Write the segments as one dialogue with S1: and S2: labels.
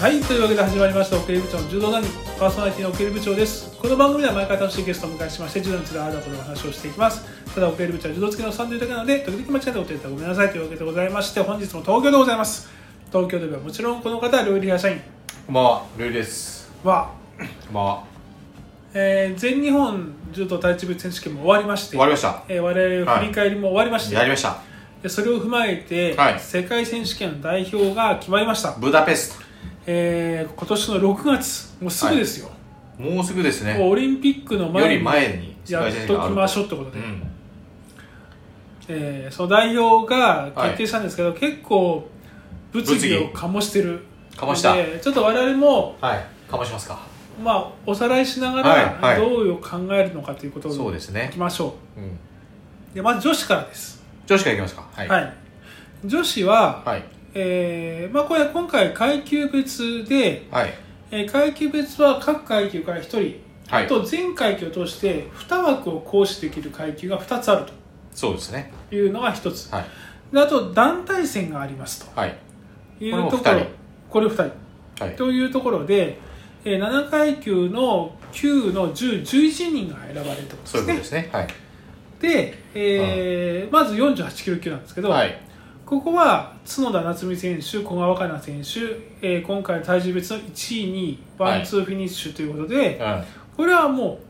S1: はい、というわけで始まりました、オケリ部長の柔道団パーソナリティのオケリ部長です。この番組では毎回楽しいゲストをお迎えしまして、柔道についてあらたことの話をしていきます。ただ、オケリ部長は柔道付きのサンドイだけなので、時々間違えてお手伝いごめんなさいというわけでございまして、本日も東京でございます。東京ではもちろんこの方は料理屋社員
S2: こんばんは、ルイです。
S1: は、
S2: こんばんは。
S1: えー全日本柔道第一部選手権も終わりまして、
S2: 終わりました。
S1: えー我々振り返りも終わりまして、
S2: やりました。
S1: でそれを踏まえて、
S2: はい
S1: 世界選手権の代表が決まりました、
S2: ブダペス
S1: えー今年の6月もうすぐですよ、
S2: ト。もうすぐです
S1: もう
S2: ね。
S1: オリンピックの
S2: よ
S1: 前
S2: り
S1: に
S2: 前に世
S1: や
S2: 界
S1: っ
S2: 選手
S1: と
S2: 権
S1: き
S2: があ
S1: ま
S2: る
S1: しょうってこと
S2: う
S1: で、
S2: ん。
S1: えーその代表が決定したんですけど、結構物議を
S2: 物議
S1: 醸してる
S2: かました。
S1: のでちょっと我々も、
S2: はい。かましますか。
S1: まあ、おさらいしなが
S2: は
S1: ら
S2: いはい
S1: どう考えるのかということを
S2: そうですね
S1: いきましょ
S2: うん。
S1: うでまず女子からです、
S2: 女子からいきますか。は。
S1: はいい
S2: はい。
S1: 女子は、
S2: はい。
S1: えーまあ、これ今回階級別で、えー階級別は各階級から1人、
S2: はい。
S1: と全階級を通して2枠を行使できる階級が2つある
S2: そうですね。
S1: というのが1つ
S2: はい。
S1: であと団体戦があります
S2: はい。
S1: という
S2: これも
S1: と
S2: 二
S1: こ
S2: 人
S1: ろこれ2人
S2: はい。
S1: というところで、えー7階級の9の1011人が選ばれるということ
S2: そう
S1: で
S2: い
S1: すね
S2: うことですね。はい。
S1: で、えーまず48キロ級なんですけど、
S2: はい。
S1: ここは角田夏実選手、古賀若菜選手、えー今回の体重別の1位、2位、ワンツーフィニッシュということで、
S2: う
S1: これはも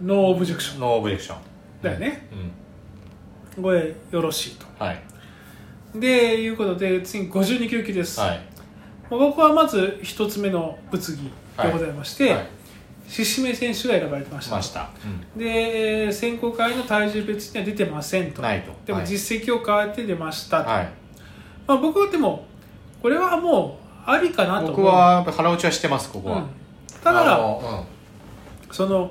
S1: うノーオブジェクション
S2: ん。ノーオブジェクション。
S1: だよね、
S2: うん。
S1: これよろしいと。
S2: はい。
S1: でいうことで、次52キロ級です、
S2: はい。
S1: まあここはまず1つ目の物議でございまして、
S2: はい
S1: 獅子目選手が選ばれてまし。
S2: したました。う
S1: で、えー選考会の体重別には出てませんと。
S2: ん。ないと。
S1: でも
S2: はい
S1: 実績を変えて出ましたと、
S2: はい。
S1: まあ、僕はでもこれはもうありかなと思う
S2: 僕は、やっぱ腹落ちはしてます、こ
S1: う
S2: こ
S1: ん
S2: は。
S1: た
S2: あ
S1: だ
S2: の
S1: その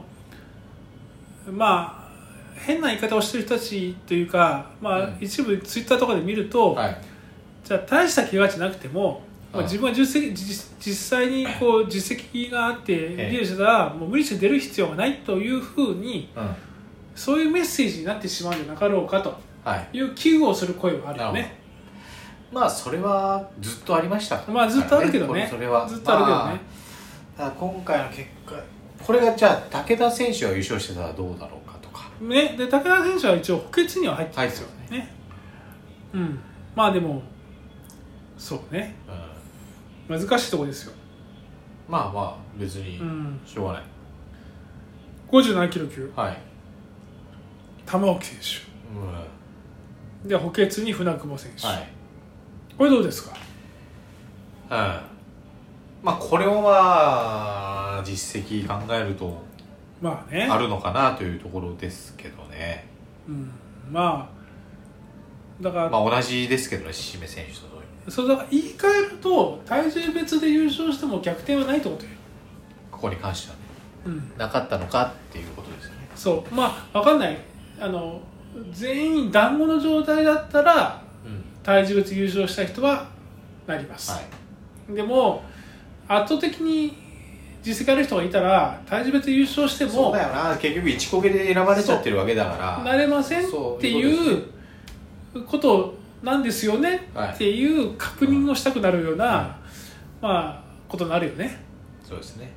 S1: まあ変な言い方をしてる人たちというか、まあ
S2: うん
S1: 一部ツイッターとかで見る
S2: う
S1: と、
S2: ん。はい。
S1: じゃあ大した怪我じゃなくても、まあ、
S2: うん
S1: 自分は実績実実際にこう実績があってリードしてたらもう無理して出る必要はないというふうに
S2: うん。
S1: そういうメッセージになってしまうんじゃなかろうかと
S2: はい。
S1: いう危惧をする声はあるよ
S2: なる
S1: ね。
S2: まあそれはずっとありました
S1: まあずっとあるけどね
S2: それは
S1: ずっとあるけどね
S2: まあただ今回の結果これがじゃあ武田選手が優勝してたらどうだろうかとか
S1: ね、で武田選手は一応補欠には入ってるんですよね,、うん、まあでもそうね
S2: う
S1: 難
S2: ん
S1: しいとこですよ、
S2: まあまあ別に
S1: うん、
S2: しょうがない、
S1: 57キロ級
S2: はい、
S1: 玉置選
S2: うんは
S1: 手で補欠に船久保選手、
S2: い
S1: これどうですか
S2: うんまあこれをまあ実績考えると
S1: まあね
S2: あるのかなというところですけどね
S1: うん、まあだから、
S2: まあ同じですけどね志々目選手と同様
S1: そうだから言い換えると体重別で優勝しても逆転はないってことよ、
S2: ここに関してはね
S1: うん、
S2: なかったのかっていうことですよね
S1: そうまあわかんないあの全員団子の状態だったら
S2: うん
S1: 体重別優勝した人はなります、
S2: はい
S1: でも圧倒的に実績ある人がいたら体重別で優勝して
S2: そう
S1: も
S2: だよな結局一こげで選ばれちゃってるわけだから
S1: なれませんっ
S2: そう
S1: て
S2: そうい
S1: いうことなんですよね
S2: はい
S1: っていう確認をしたくなるような、まあことになるよね。
S2: そうですね、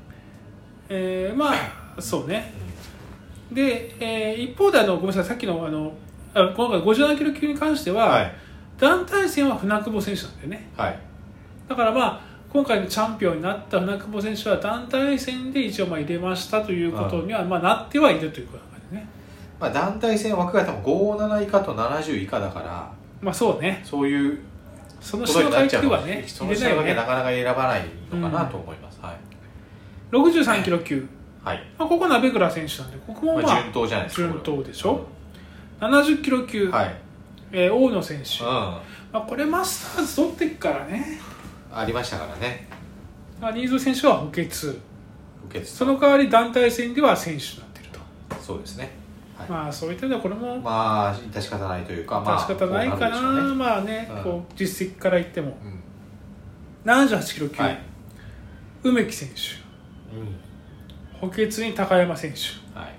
S1: えーまあそうねで、えー一方であのごめんなさいさっきのあのあ今回57キロ級に関しては、
S2: はい
S1: 団体戦は船久保選手なんだよね。
S2: はい
S1: だからまあ今回のチャンピオンになった船久保選手は団体戦で一応まあ入れましたということにはまあなってはいるということなんでね。
S2: まあ、団体戦枠が多分57以下と70以下だから
S1: まあそうね。
S2: そういう
S1: その
S2: こと
S1: 下の
S2: になっ
S1: 階
S2: ち
S1: 級
S2: ゃうかも
S1: は
S2: しれない
S1: ね、
S2: そ
S1: 入
S2: の
S1: れ
S2: 下
S1: ない
S2: だ
S1: よ
S2: け
S1: ね
S2: な。かなか選ばないのかなと思います、はい、
S1: 63キロ級。
S2: はい
S1: まあ、ここ鍋倉選手なんで、ここも
S2: ま
S1: ま
S2: あ、
S1: あ
S2: 順当じゃないですか
S1: 順当でしょ。70キロ級、
S2: はい、
S1: えー大野選
S2: う
S1: 手。
S2: ん、
S1: まあ、これマスターズ取ってっからね。
S2: ありましたからね
S1: まあ、新添選手は補欠。
S2: 受け
S1: その代わり団体戦では選手になってると。
S2: そうですねはい
S1: まあそういった意味ではこれも
S2: まあ致し方ないというかまあ
S1: 致し方ないかな、
S2: こうるでしょうね
S1: まあね、
S2: うん
S1: こう実績から言っても
S2: うん
S1: 78キロ級、
S2: はい
S1: 梅木選手
S2: う
S1: 補欠に高山選手
S2: んはい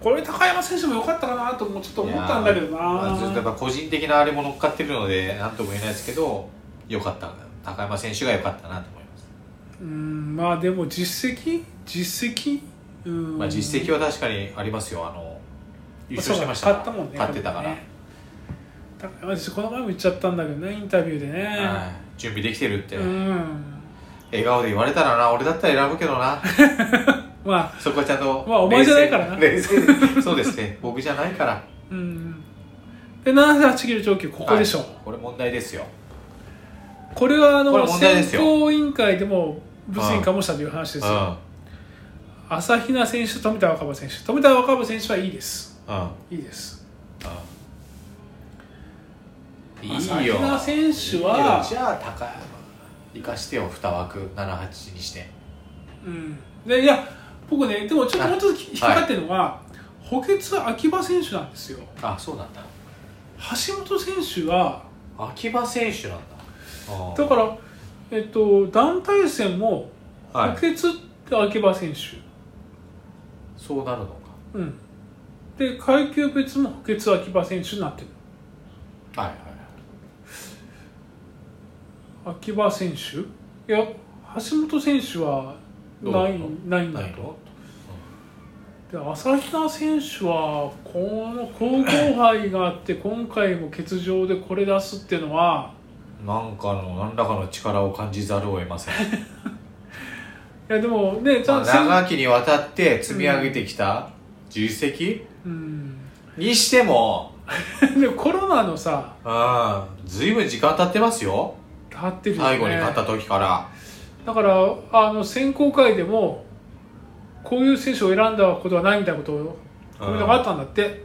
S1: これ高山選手も良かったかなともちょっと思ったんだけどな、
S2: まあ、ずっとやっぱ個人的なあれも乗っかってるので何とも言えないですけど良かった高山選手が良かったなと思います、
S1: うんまあでも実績実績うん
S2: まあ、実績は確かにありますよあの優勝してました
S1: そうだ勝ったもんね
S2: 勝ってたから、
S1: ねだから私この前も言っちゃったんだけどねインタビューでね、
S2: はい、準備できてるって、
S1: うん
S2: 笑顔で言われたらな俺だったら選ぶけどな
S1: まあ
S2: そこはちゃんと
S1: まあお前じゃないからな
S2: 冷静冷静にそうですね僕じゃないから
S1: うんで78キロ超級ここでしょ、
S2: はいこれ問題ですよ
S1: これはあ
S2: これ
S1: の
S2: 問題です
S1: 選
S2: よ
S1: 考委員会でも物議かもしたという話ですよ朝比奈選手富田若葉選手富田若葉選手はいいです
S2: うんうん
S1: いいです
S2: うんいいよ
S1: 朝比奈選手はい
S2: いよじゃあ高山生かしてよ2枠78にして
S1: うんでいや僕ねでもちょっともうちょっと引っかかってるのは、補欠秋葉選手なんですよ
S2: あそうなんだ
S1: 橋本選手は
S2: 秋葉選手なんだあー
S1: だから、えっと、団体戦も
S2: は
S1: 補欠
S2: い
S1: って秋葉選手、
S2: そうなるの
S1: うん、で階級別も補欠秋葉選手になってる
S2: かはいはい
S1: 秋葉選手いや橋本選手は
S2: どうな
S1: な
S2: の
S1: いないんだ
S2: ない
S1: けど
S2: の
S1: で朝比奈選手はこの高校杯があって今回も欠場でこれ出すっていうのは
S2: なんかの何らかの力を感じざるを得ま せん
S1: いやでもねち
S2: ま
S1: ゃ
S2: あ
S1: んとせん
S2: 長きにわたって積み上げてきた実績
S1: うん
S2: にしても、
S1: でもコロナのさ
S2: うん、ずいぶん時間経ってますよ。
S1: 立ってるよね
S2: 最後に勝った時から。
S1: だからあの選考会でもこういう選手を選んだことはないみたいなことをコメントがあったんだって、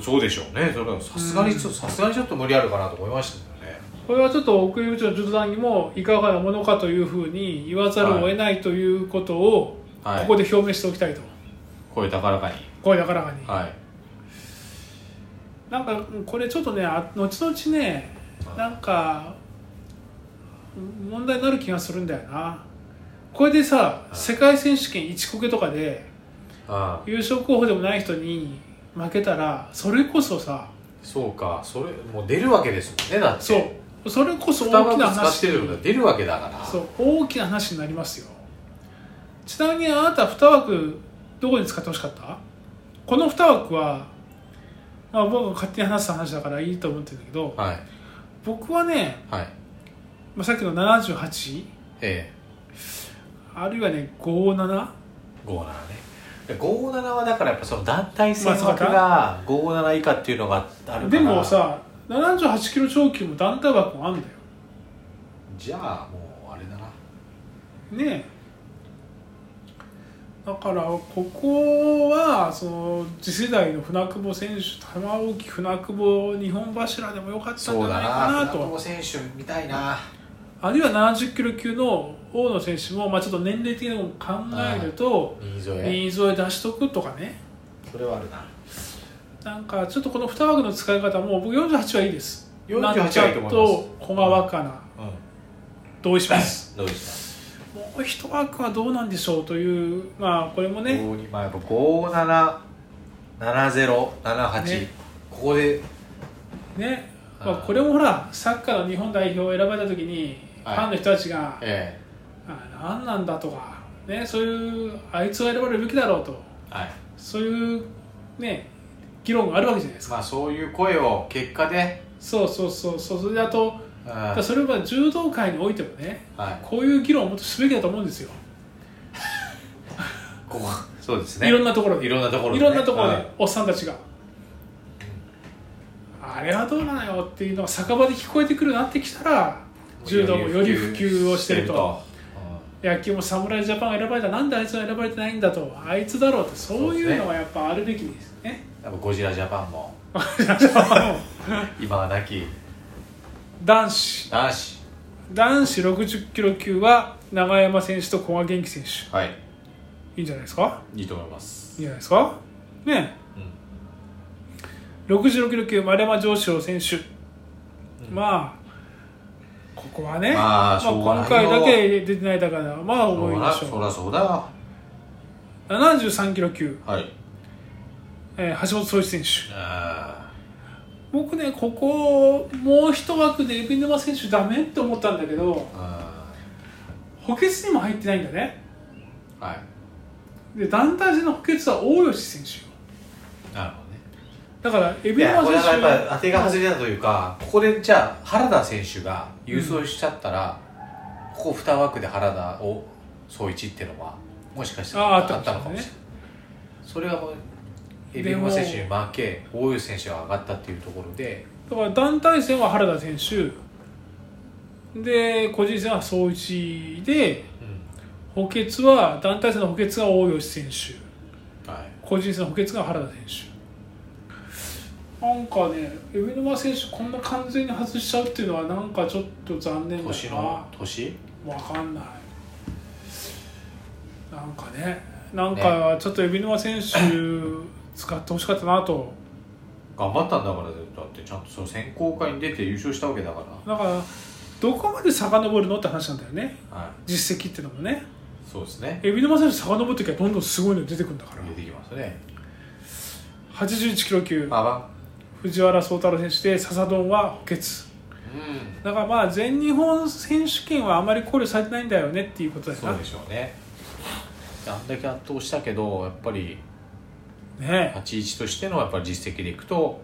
S2: そうでしょうね。それはさすがにちょ、さすがにちょっと無理あるかなと思いましたけどね。
S1: これはちょっと奥井部長の柔道団にもいかがなものかというふうに言わざるを得ないということを
S2: は
S1: こ
S2: い。
S1: こで表明しておきたいと、
S2: 声高らかに。
S1: 声高らかに、
S2: はい。
S1: なんかこれちょっとねあ後々ね
S2: はい
S1: なんか問題になる気がするんだよなこれでさ
S2: はい
S1: 世界選手権1コケとかで
S2: ああ
S1: 優勝候補でもない人に負けたらそれこそさ
S2: そうか。それ、もう出るわけですもんね。だって。
S1: そうそれこそ
S2: 二
S1: 大きな
S2: 枠使っ
S1: 話
S2: てるのが出るわけだから。
S1: そう大きな話になりますよちなみにあなた2枠どこに使ってほしかったこの2枠は、まあ、僕が勝手に話した話だからいいと思ってるんだけど
S2: はい。
S1: 僕はね、
S2: はい。
S1: まあ、さっきの78
S2: え
S1: あるいはね57
S2: え。57ね。57はだからやっぱその団体戦
S1: まあそう
S2: 枠
S1: か
S2: が57以下っていうのがあるから
S1: でもさ78キロ超級も団体枠もあるんだよ
S2: じゃあもうあれだな
S1: ねえだからここはその次世代の船久保選手玉置船久保日本柱でもよかったんじゃないかな
S2: 久保
S1: と
S2: 選手見たいな
S1: あるいは70キロ級の大野選手も、まあ、ちょっと年齢的なのも考えると
S2: 新添
S1: 新添出しとくとかね
S2: それはあるな
S1: なんかちょっとこの2枠の使い方も僕48はいいです
S2: 48
S1: なっちゃ
S2: はいいと思います
S1: と小川かな
S2: うん
S1: 同意します
S2: どうでした
S1: もう1枠はどうなんでしょうというまあこれもね
S2: 5まあやっぱ577078、
S1: ね
S2: ここで
S1: ね
S2: はい
S1: まあ、これもほらサッカーの日本代表を選ばれた時にフ
S2: はい
S1: ァンの人たちが「
S2: え
S1: あ何なんだ」とか、ね、そういうあいつを選ばれるべきだろうと
S2: えはい
S1: そういうね議論があるわけじゃないですか
S2: まあそういう声を結果で
S1: そうそうそうそうそれであと
S2: うん
S1: だ
S2: は
S1: からそれは柔道界においてもね
S2: い
S1: こういう議論をもっとすべきだと思うんですよ、
S2: ここそうですね
S1: いろんなところで
S2: いろんなところ
S1: いろんなところで、
S2: はい
S1: おっさんたちが、あれはどうなのよっていうのが酒場で聞こえてくるようになってきたら柔道もより普及をしてると。野球も侍ジャパンが選ばれたなんであいつは選ばれてないんだとあいつだろうってそういうのはやっぱあるべきですね
S2: うんやっぱゴジラジャパンも今はなき
S1: 男子
S2: 男子
S1: 男子60キロ級は長山選手と古賀元気選手
S2: はい
S1: いいんじゃないですか
S2: いいと思います
S1: いいんじゃないですかね
S2: うん
S1: 66キロ級丸山城志郎選手、
S2: うん
S1: まあここはね、
S2: まあしょうがない
S1: 今
S2: よ
S1: 回だけ出てないだからまあ重いでし
S2: そ
S1: ょ
S2: りゃそうだよ
S1: う73キロ級、
S2: はい
S1: えー橋本壮一選手
S2: あ
S1: 僕ねここもう一枠で海老沼選手ダメって思ったんだけど
S2: あ
S1: 補欠にも入ってないんだね
S2: ーはい
S1: で団体戦の補欠は大吉選手よ
S2: なるほどね
S1: だから海
S2: いや
S1: 老
S2: これ
S1: 沼
S2: が
S1: 選手
S2: やっぱ当てが外れたというかここでじゃあ原田選手が優勝しちゃったら、ここ2枠で原田を総一っていうのはもしかしたら
S1: あ
S2: あ
S1: ーあ
S2: っ
S1: った
S2: たの
S1: か
S2: か
S1: も
S2: も
S1: しれない
S2: しれない、それがもう海老沼選手に負け大吉選手が上がったっていうところで
S1: だから団体戦は原田選手で個人戦は総一で
S2: うん
S1: 補欠は団体戦の補欠が大吉選手
S2: はい
S1: 個人戦の補欠が原田選手なんかね海老沼選手こんな完全に外しちゃうっていうのはなんかちょっと残念だ
S2: 年
S1: な
S2: の年
S1: わかんないなんかねなんかちょっと海老沼選手使ってほしかったなと
S2: 頑張ったんだからだってちゃんとその選考会に出て優勝したわけだか
S1: だからどこまで遡るのって話なんだよね
S2: らはい
S1: 実績っていうのもね
S2: そうですね
S1: 海老沼選手遡るときはどんどんすごいの出てくるんだから
S2: 出てきますね
S1: 81キロ級
S2: まあま
S1: 藤原宗太郎選手で笹丼は補欠
S2: あうん
S1: だからまあ全日本選手権はあまり考慮されてないんだよねっていうことだよ
S2: そうでしょうねあんだけ圧倒したけどやっぱり
S1: なね
S2: 81としてのやっぱり実績でいくと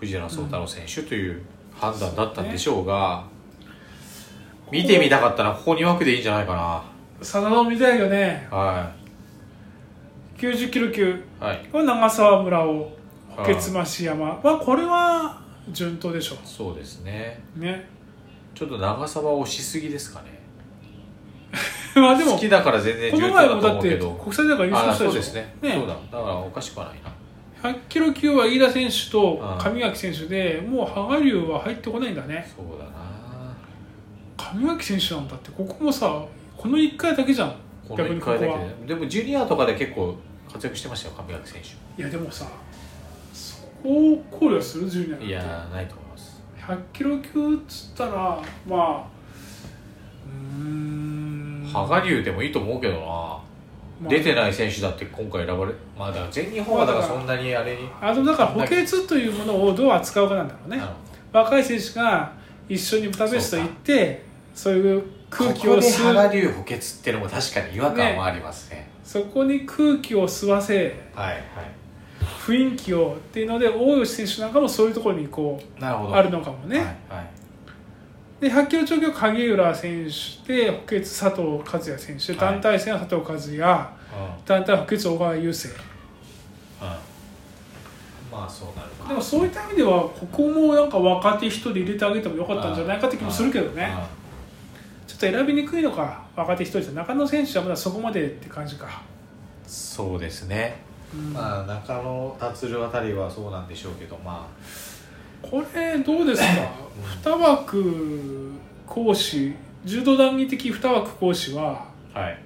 S2: 藤原宗太郎選手という判断だったんでしょうが、見てみたかったらここ2枠でいいんじゃないか
S1: 笹丼見たいよね
S2: なは
S1: 90キロ級
S2: いはい
S1: これ長澤村を補
S2: はい
S1: 欠増山まあこれは順当でしょ
S2: そうですね
S1: うね
S2: ちょっと長さは押しすぎですかね
S1: まあでも
S2: 好きだから全然
S1: この
S2: 重
S1: 前
S2: 要だ
S1: も
S2: と
S1: だ
S2: 思
S1: っ
S2: うけ
S1: て
S2: ど
S1: 国際大会優勝
S2: あ
S1: したで
S2: そ
S1: しょ
S2: うですねそうだだからおかしくはないな
S1: 100キロ級は飯田選手と
S2: うん
S1: 上垣選手でもう羽賀龍は入ってこないんだね
S2: そうだな
S1: 上垣選手なんだってここもさこの1回だけじゃん
S2: この1回だけででもジュニアとかで結構活躍してましたよ上垣選
S1: いやでもさそこを考慮するジュニアなん
S2: 手
S1: て
S2: いやーないと思います
S1: 100キロ級っつったらまあうーん
S2: 羽賀龍でもいいと思うけどな
S1: まあ
S2: 出てない選手だって今回選ばれまあだから全日本はだからそんなにあれに
S1: あのだから補欠というものをどう扱うかなんだろうね
S2: なる
S1: 若い選手が一緒にブダペスト行ってそういう空気を
S2: ここで羽
S1: 吸
S2: 賀
S1: う
S2: 龍補欠ってのも確かに違和感はありますね
S1: そこに空気を吸わせ
S2: はいは
S1: 雰囲気をっていうので大吉選手なんかもそういうところにこ
S2: いなるほ
S1: う
S2: ど
S1: あるのかもね、
S2: はいはい
S1: で100キロ超級影浦選手で補欠佐藤和也選手
S2: はい
S1: 団体戦は佐藤和也、
S2: うんうん
S1: 団体補欠小川雄星
S2: まあそうなるか
S1: でもそういった意味ではここもなんか若手一人入れてあげてもよかったんじゃないかって気もするけどねちょっと選びにくいのか若手一人じゃ中野選手はまだそこまでって感じか、
S2: うんそうですね
S1: うん
S2: まあ中野達郎あたりはそうなんでしょうけどま
S1: これどうですか2枠講師柔道談義的2枠講師は
S2: あはい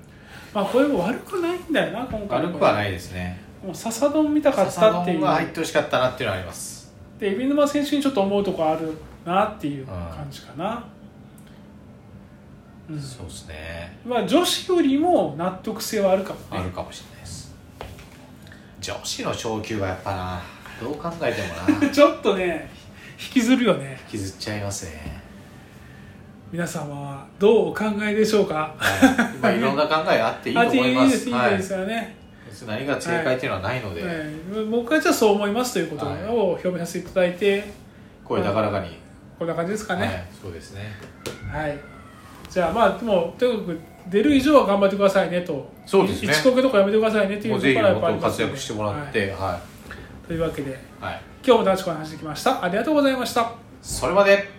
S1: まあこれも悪くないんだよな今回
S2: 悪くはないですね
S1: もう笹丼見たかったっていう
S2: 笹野が入ってほしかったなっていうのはあります
S1: で海老沼選手にちょっと思うとこあるなっていう感じかな、うん
S2: そうですね
S1: まあ、女子よりも納得性はあるかも
S2: あ
S1: ね
S2: るかもしれないです女子の昇級はやっぱなどう考えてもな
S1: ちょっとね引きずるよね
S2: 引きずっちゃいますね、
S1: 皆様はどうお考えでしょうか
S2: はい、まあいろんな考えがあっていいと思いま
S1: あいいです
S2: す
S1: いい
S2: はい
S1: ですよね、
S2: 別に何が正解っていうのはないので、
S1: ええ僕はじゃあそう思いますということを表明させていただいて、
S2: 声高らかに、
S1: こんな感じですか
S2: は
S1: ね
S2: い、そうですね
S1: はい、じゃあまあでもとにかく出る以上は頑張ってくださいねと
S2: そうですね
S1: 一国とかやめてくださいねってい
S2: も
S1: う
S2: う
S1: ところ
S2: ぜひ
S1: はやっぱあ
S2: 本
S1: り
S2: 当
S1: ます
S2: 活
S1: よね
S2: 躍してもらってはい、
S1: というわけで
S2: はい
S1: 今日も楽しくお話しできましたありがとうございました
S2: それまで